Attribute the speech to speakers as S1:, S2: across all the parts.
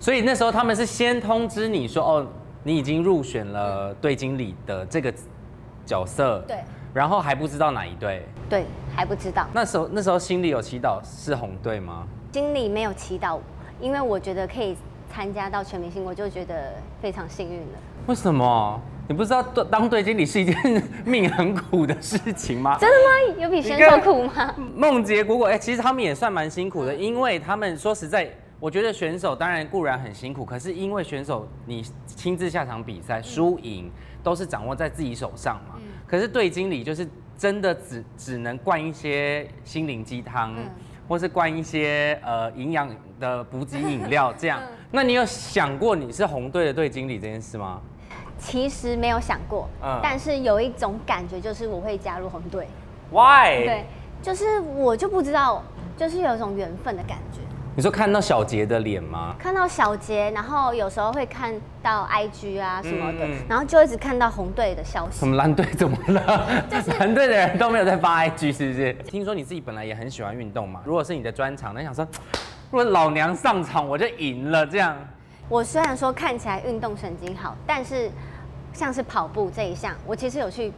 S1: 所以那时候他们是先通知你说，哦，你已经入选了队经理的这个角色，
S2: 对，
S1: 然后还不知道哪一队。
S2: 对，还不知道。
S1: 那时候那时候心里有祈祷是红队吗？
S2: 经理没有祈祷，因为我觉得可以参加到全明星，我就觉得非常幸运了。
S1: 为什么？你不知道当当队经理是一件 命很苦的事情吗？
S2: 真的吗？有比选手苦吗？
S1: 梦洁、果果，哎、其实他们也算蛮辛苦的，因为他们说实在，我觉得选手当然固然很辛苦，可是因为选手你亲自下场比
S2: 嗯
S1: 赛，输赢、都是掌握在自己手上嘛。可是队经理就是真的只只能灌一些心灵鸡汤，
S2: 嗯
S1: 或是灌一些呃营养的补给饮料这
S2: 嗯
S1: 样。那你有想过你是红队的队经理这件事吗？
S2: 其实没有想过，
S1: 嗯
S2: 但是有一种感觉就是我会加入红队。
S1: Why？
S2: 对，就是我就不知道，就是有一种缘分的感觉。
S1: 你说看到小杰的脸吗？
S2: 看到小杰，然后有时候会看到 IG 啊什么的，
S1: 嗯嗯嗯
S2: 然后就一直看到红队的消
S1: 什
S2: 息。
S1: 么蓝队怎么了？蓝队的人都没有在发 IG 是不是？听说你自己本来也很喜欢运动嘛？如果是你的专长，那想说，如果老娘上场我就赢了这样。
S2: 我虽然说看起来运动神经好，但是像是跑步这一项，我其实有去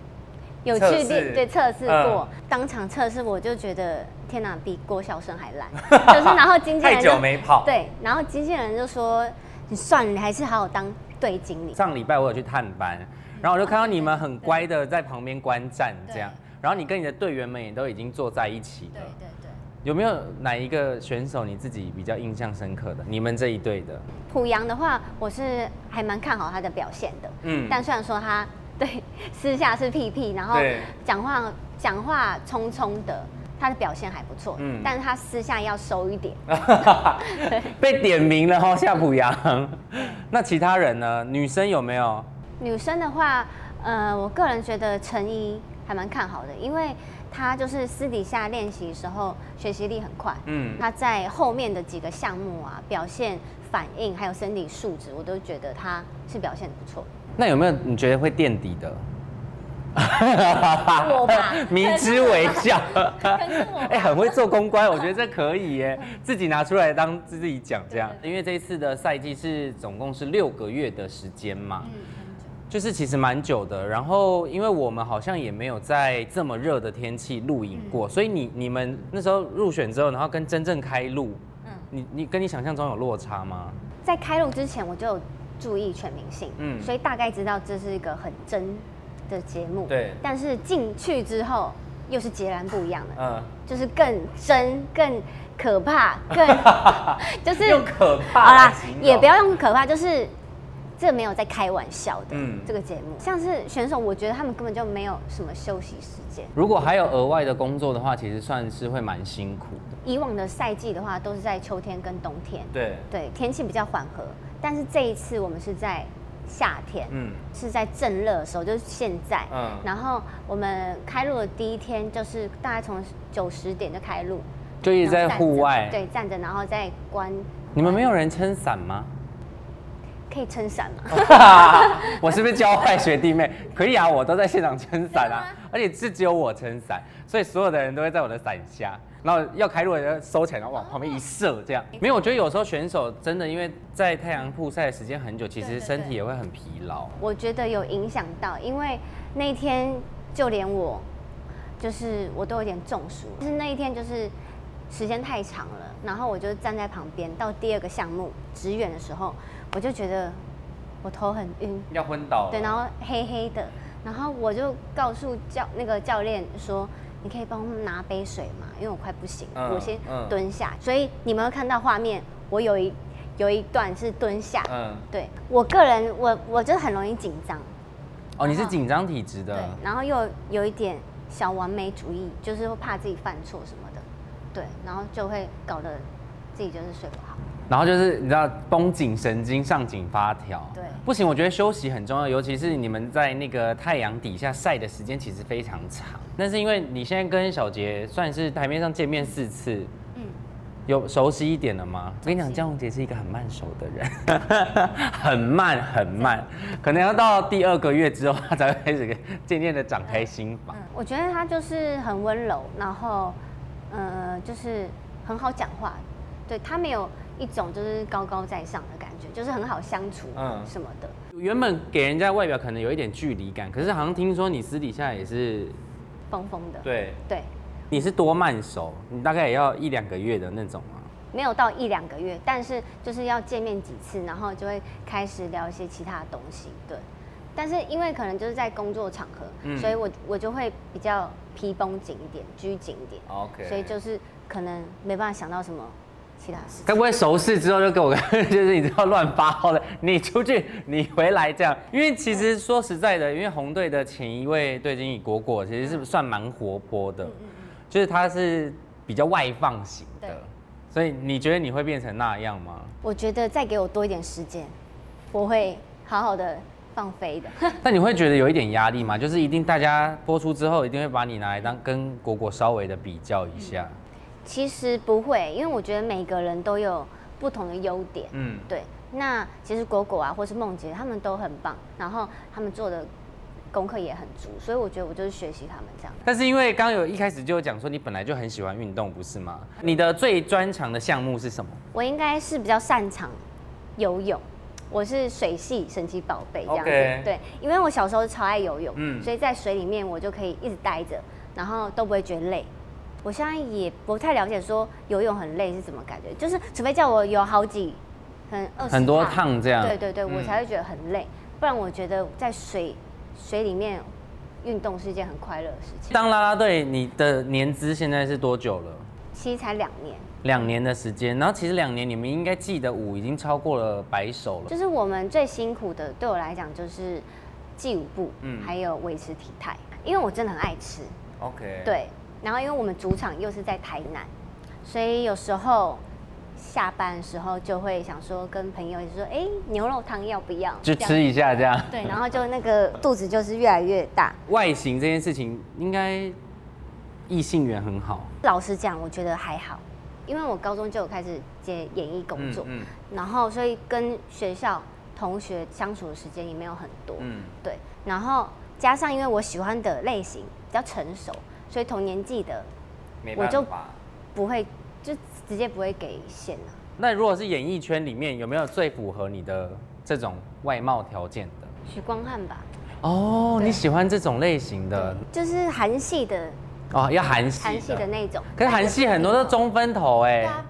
S2: 有去
S1: 测试
S2: 练对测试
S1: 嗯
S2: 过，当场测试我就觉得天哪，比郭晓生还 烂。就是然后经纪人就
S1: 跑。
S2: 对，然后经纪人就说你算了，你还是好好当队经理。
S1: 上礼拜我有去探班，然后我就看到你们很乖的在旁边观战这样
S2: 对，
S1: 然后你跟你的队员们也都已经坐在一起了。
S2: 对对，
S1: 有没有哪一个选手你自己比较印象深刻的？你们这一队的？
S2: 濮阳的话，我是还蛮看好他的表现的。
S1: 嗯
S2: 但虽然说他对私下是屁屁，然后
S1: 对
S2: 讲话讲话匆匆的，他的表现还不错。
S1: 嗯
S2: 嗯，啊但是他私下要收一点。
S1: 被点名了哦，夏普阳。那其他人呢？女生有没有？
S2: 女生的话，呃，我个人觉得陈怡还蛮看好的，因为她就是私底下练习的时候学习力很快，
S1: 嗯
S2: 嗯，她在后面的几个项目啊，表现、反应还有身体素质，我都觉得她是表现得不错的。
S1: 那有没有你觉得会垫底的？
S2: 我吧
S1: 明知微笑。
S2: 可是我
S1: 哎、很会做公关，我觉得这可以耶，自己拿出来当自己讲这样。因为这一次的赛季是总共是六个月的时间嘛，就是其实蛮久的。然后因为我们好像也没有在这么热的天气露营过，所以你你们那时候入选之后，然后跟真正开录，
S2: 嗯
S1: 你你跟你想象中有落差吗？
S2: 在开录之前我就有注意全明星，
S1: 嗯
S2: 嗯，所以大概知道这是一个很真的节目，
S1: 对
S2: 但是进去之后又是截然不一样的，
S1: 嗯，
S2: 就是更真、更可怕、 更就是
S1: 用可怕
S2: 好啦
S1: 来形，容
S2: 也不要用可怕，就是这没有在开玩笑的。
S1: 嗯
S2: 这个节目像是选手，我觉得他们根本就没有什么休息时间。
S1: 如果还有额外的工作的话，其实算是会蛮辛苦的。
S2: 以往的赛季的话，都是在秋天跟冬天，
S1: 对，
S2: 对天气比较缓和，但是这一次我们是在夏天，
S1: 嗯，
S2: 是在正热的时候，就是现在。
S1: 嗯
S2: 然后我们开录的第一天，就是大概从九十点就开录，
S1: 就一直在
S2: 然后站着
S1: 户外
S2: 对，站着然后再关。
S1: 你们没有人撑伞吗？
S2: 可以撑伞吗？
S1: 我是不是教坏学弟 妹？可以啊，我都在现场撑伞啊，而且是只有我撑伞，所以所有的人都会在我的伞下。然后要开路的人收起来，然后往旁边一射，这样没有。我觉得有时候选手真的因为在太阳曝晒的时间很久，其实
S2: 对对
S1: 身体也会很疲劳。
S2: 我觉得有影响到，因为那一天就连我，就是我都有点中暑，就是那一天就是时间太长了，然后我就站在旁边，到第二个项目直远的时候，我就觉得我头很晕，
S1: 要昏倒了
S2: 对，然后黑黑的，然后我就告诉教那个教练说，你可以帮我拿杯水吗？因为我快不行，
S1: 嗯
S2: 我先
S1: 嗯
S2: 蹲下。所以你们有看到画面，我有一有一段是蹲下。
S1: 嗯，
S2: 对我个人，我我就很容易紧张，
S1: 哦，你是紧张体质
S2: 对
S1: 的，，
S2: 然后又有一点小完美主义，就是会怕自己犯错什么的，对，然后就会搞得自己就是睡不好。
S1: 然后就是你知道绷紧神经，上紧发条。
S2: 对
S1: 不行，我觉得休息很重要，尤其是你们在那个太阳底下晒的时间其实非常长。但是因为你现在跟小杰算是台面上见面四次，
S2: 嗯，
S1: 有熟悉一点了吗？我跟你讲，江宏杰是一个很慢熟的人，很慢很慢，可能要到第二个月之后，他才会开始渐渐的展开心房
S2: 嗯。，我觉得他就是很温柔，然后，呃，就是很好讲话，对他没有一种就是高高在上的感觉，就是很好相处，
S1: 嗯
S2: 嗯，什么的。
S1: 原本给人家外表可能有一点距离感，可是好像听说你私底下也是，
S2: 疯疯的。
S1: 对，
S2: 对，
S1: 你是多慢熟，你大概也要一两个月的那种吗？
S2: 没有到一两个月，但是就是要见面几次，然后就会开始聊一些其他的东西。对，但是因为可能就是在工作场合，
S1: 嗯
S2: 所以我我就会比较皮绷紧一点，拘谨一点。
S1: OK
S2: 所以就是可能没办法想到什么其他事情。
S1: 该不会熟识之后就给我 个，就是你知道乱发号的，你出去，你回来这样？因为其实说实在的，因为红队的前一位队经理果果其实是算蛮活泼的，就是他是比较外放型
S2: 对
S1: 的，所以你觉得你会变成那样吗？
S2: 我觉得再给我多一点时间，我会好好的放飞的。
S1: 但你会觉得有一点压力吗？就是一定大家播出之后，一定会把你拿来当跟果果稍微的比较一下。
S2: 其实不会，因为我觉得每个人都有不同的优点。
S1: 嗯，
S2: 对，那其实果果啊，或是梦姐，他们都很棒，然后他们做的功课也很足，所以我觉得我就是学习他们这样。
S1: 但是因为刚刚有一开始就有讲说你本来就很喜欢运动，不是吗？你的最专长的项目是什么？
S2: 我应该是比较擅长游泳，我是水系神奇宝贝这样子。
S1: OK
S2: 对，因为我小时候超爱游泳，
S1: 嗯
S2: 所以在水里面我就可以一直待着，然后都不会觉得累。我现在也不太了解说游泳很累是什么感觉，就是除非叫我游好几，可能二十
S1: 很多趟这样
S2: 对对对，我
S1: 嗯
S2: 才会觉得很累。不然我觉得在水水里面运动是一件很快乐的事情。
S1: 当啦啦队，你的年资现在是多久了？
S2: 其实才两年，
S1: 两年的时间，然后其实两年你们应该记得舞已经超过了百首了。
S2: 就是我们最辛苦的，对我来讲就是记舞步，
S1: 嗯
S2: 还有维持体态，因为我真的很爱吃，
S1: OK，，
S2: 对。然后因为我们主场又是在台南，所以有时候下班的时候就会想说跟朋友也说，哎、牛肉汤要不要？
S1: 就
S2: 这样
S1: 吃一下这样。
S2: 对，然后就那个肚子就是越来越大。
S1: 外形这件事情应该异性缘很好。
S2: 老实讲，我觉得还好，因为我高中就有开始接演艺工作，
S1: 嗯
S2: 然后所以跟学校同学相处的时间也没有很多，
S1: 嗯
S2: 对，然后加上因为我喜欢的类型比较成熟，所以同年纪的
S1: 嗯没
S2: 办法。不会就直接不会给线了、
S1: 那如果是演艺圈里面，有没有最符合你的这种外貌条件的？
S2: 许光汉吧，
S1: 哦，你喜欢这种类型的
S2: 就是韩系的
S1: 哦，要韩呃系
S2: 韩系的。那种，
S1: 可是韩系很多都中分头哎、
S2: 对啊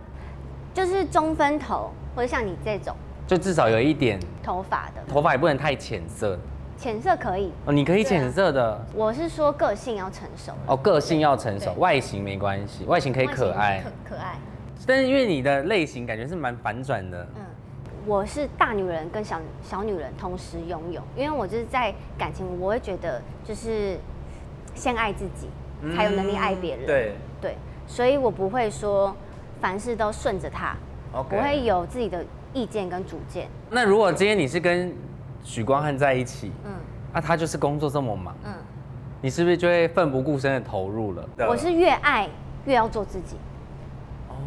S2: 就是中分头，或者像你这种
S1: 就至少有一点，
S2: 头发的，
S1: 头发也不能太浅色
S2: 浅色可以。
S1: 哦，你可以浅色的、
S2: 我是说个性要成熟了，
S1: 哦，个性要成熟，
S2: 啊对
S1: 外形没关系，外形可以可爱，
S2: 可可爱。
S1: 但是因为你的类型感觉是蛮反转的，
S2: 嗯，我是大女人跟小小女人同时拥有，因为我就是在感情，我会觉得就是先爱自己，嗯才有能力爱别人。
S1: 嗯对
S2: 对所以我不会说凡事都顺着他
S1: ，OK。
S2: 我会有自己的意见跟主见。
S1: 那如果今天你是跟许光汉在一起，
S2: 嗯
S1: 那、他就是工作这么忙，
S2: 嗯，
S1: 你是不是就会奋不顾身的哦投入了？
S2: 我是越爱越要做自己。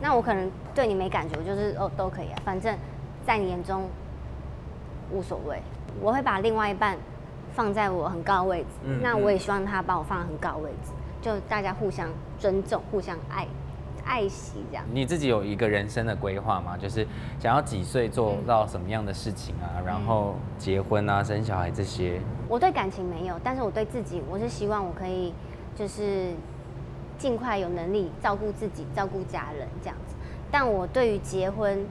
S2: 那我可能对你没感觉，我就是哦都可以啊，反正在你眼中无所谓。我会把另外一半放在我很高的位置，
S1: 嗯
S2: 那
S1: 嗯
S2: 我也希望他把我放在很高的位置，就大家互相尊重、互相爱、爱惜这样。
S1: 你自己有一个人生的规划吗？就是想要几岁做到什么样的事情啊？然后结婚啊、生小孩这些。
S2: 我对感情没有，但是我对自己，我是希望我可以就是尽快有能力照顾自己、照顾家人这样子。但我对于结婚，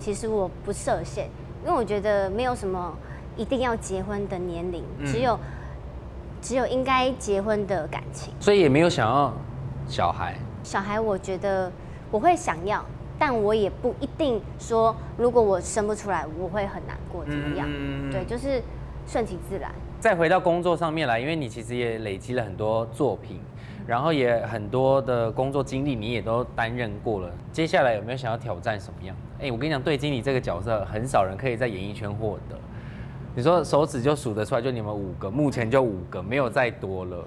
S2: 其实我不设限，因为我觉得没有什么一定要结婚的年龄，
S1: 嗯
S2: 只有只有应该结婚的感情。
S1: 所以也没有想要小孩。
S2: 小孩，我觉得我会想要，但我也不一定说，如果我生不出来，我会很难过怎么样？
S1: 嗯
S2: 对，就是顺其自然。
S1: 再回到工作上面来，因为你其实也累积了很多作品，然后也很多的工作经历，你也都担任过了。接下来有没有想要挑战什么样的？哎、我跟你讲，对经理这个角色，很少人可以在演艺圈获得。你说手指就数得出来，就你们五个，目前就五个，没有再多了，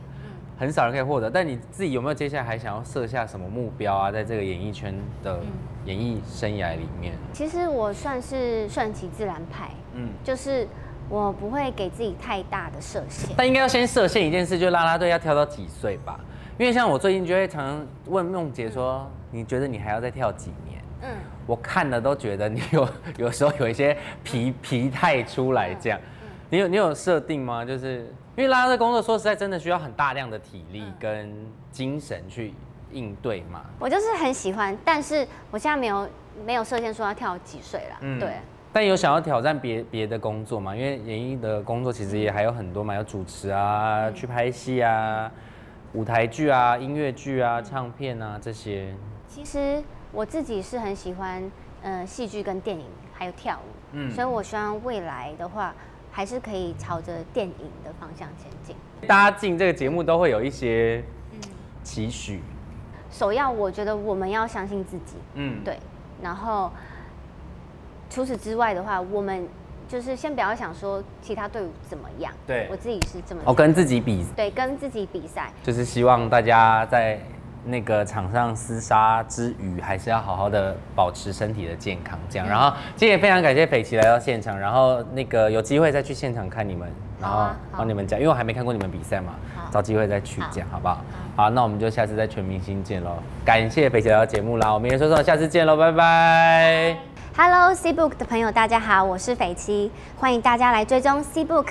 S1: 很少人可以获得。但你自己有没有接下来还想要设下什么目标啊？在这个演艺圈的演艺生涯里面，
S2: 其实我算是顺其自然派，
S1: 嗯。
S2: 就是我不会给自己太大的设限。
S1: 但应该要先设限一件事，就是啦啦队要跳到几岁吧？因为像我最近就会常常问梦姐说：“你觉得你还要再跳几年
S2: 嗯，？”
S1: 我看了都觉得你有 有时候有一些疲疲态出来这样。你有你有设定吗？就是因为拉拉队工作，说实在，真的需要很大量的体力跟精神去应对嘛。
S2: 我就是很喜欢，但是我现在没有没有设限说要跳几岁啦。
S1: 嗯
S2: 对，。
S1: 但有想要挑战别别的工作嘛？因为演艺的工作其实也还有很多嘛，有主持啊，去拍戏啊，舞台剧啊，音乐剧啊，唱片啊这些。
S2: 其实我自己是很喜欢呃戏剧跟电影还有跳舞，
S1: 嗯
S2: 所以我希望未来的话还是可以朝着电影的方向前进。
S1: 大家进这个节目都会有一些期许，
S2: 首要，我觉得我们要相信自己，
S1: 嗯，
S2: 对。然后除此之外的话，我们就是先不要想说其他队伍怎么样，
S1: 对
S2: 我自己是这么
S1: 哦，
S2: 想
S1: 跟自己比，
S2: 对跟自己比赛，
S1: 就是希望大家在那个场上厮杀之余，还是要好好的保持身体的健康，
S2: 嗯
S1: 这样。然后今天也非常感谢斐琪来到现场，然后那个有机会再去现场看你们，然
S2: 好
S1: 后
S2: 啊好
S1: 帮你们讲，因为我还没看过你们比赛嘛
S2: 好，
S1: 找机会再去讲，好不好？好，那我们就下次在全明星见喽。感谢斐琪来到节目啦，我们也说说，下次见喽，拜拜
S2: Hello C Book 的朋友，大家好，我是斐琪，欢迎大家来追踪 C Book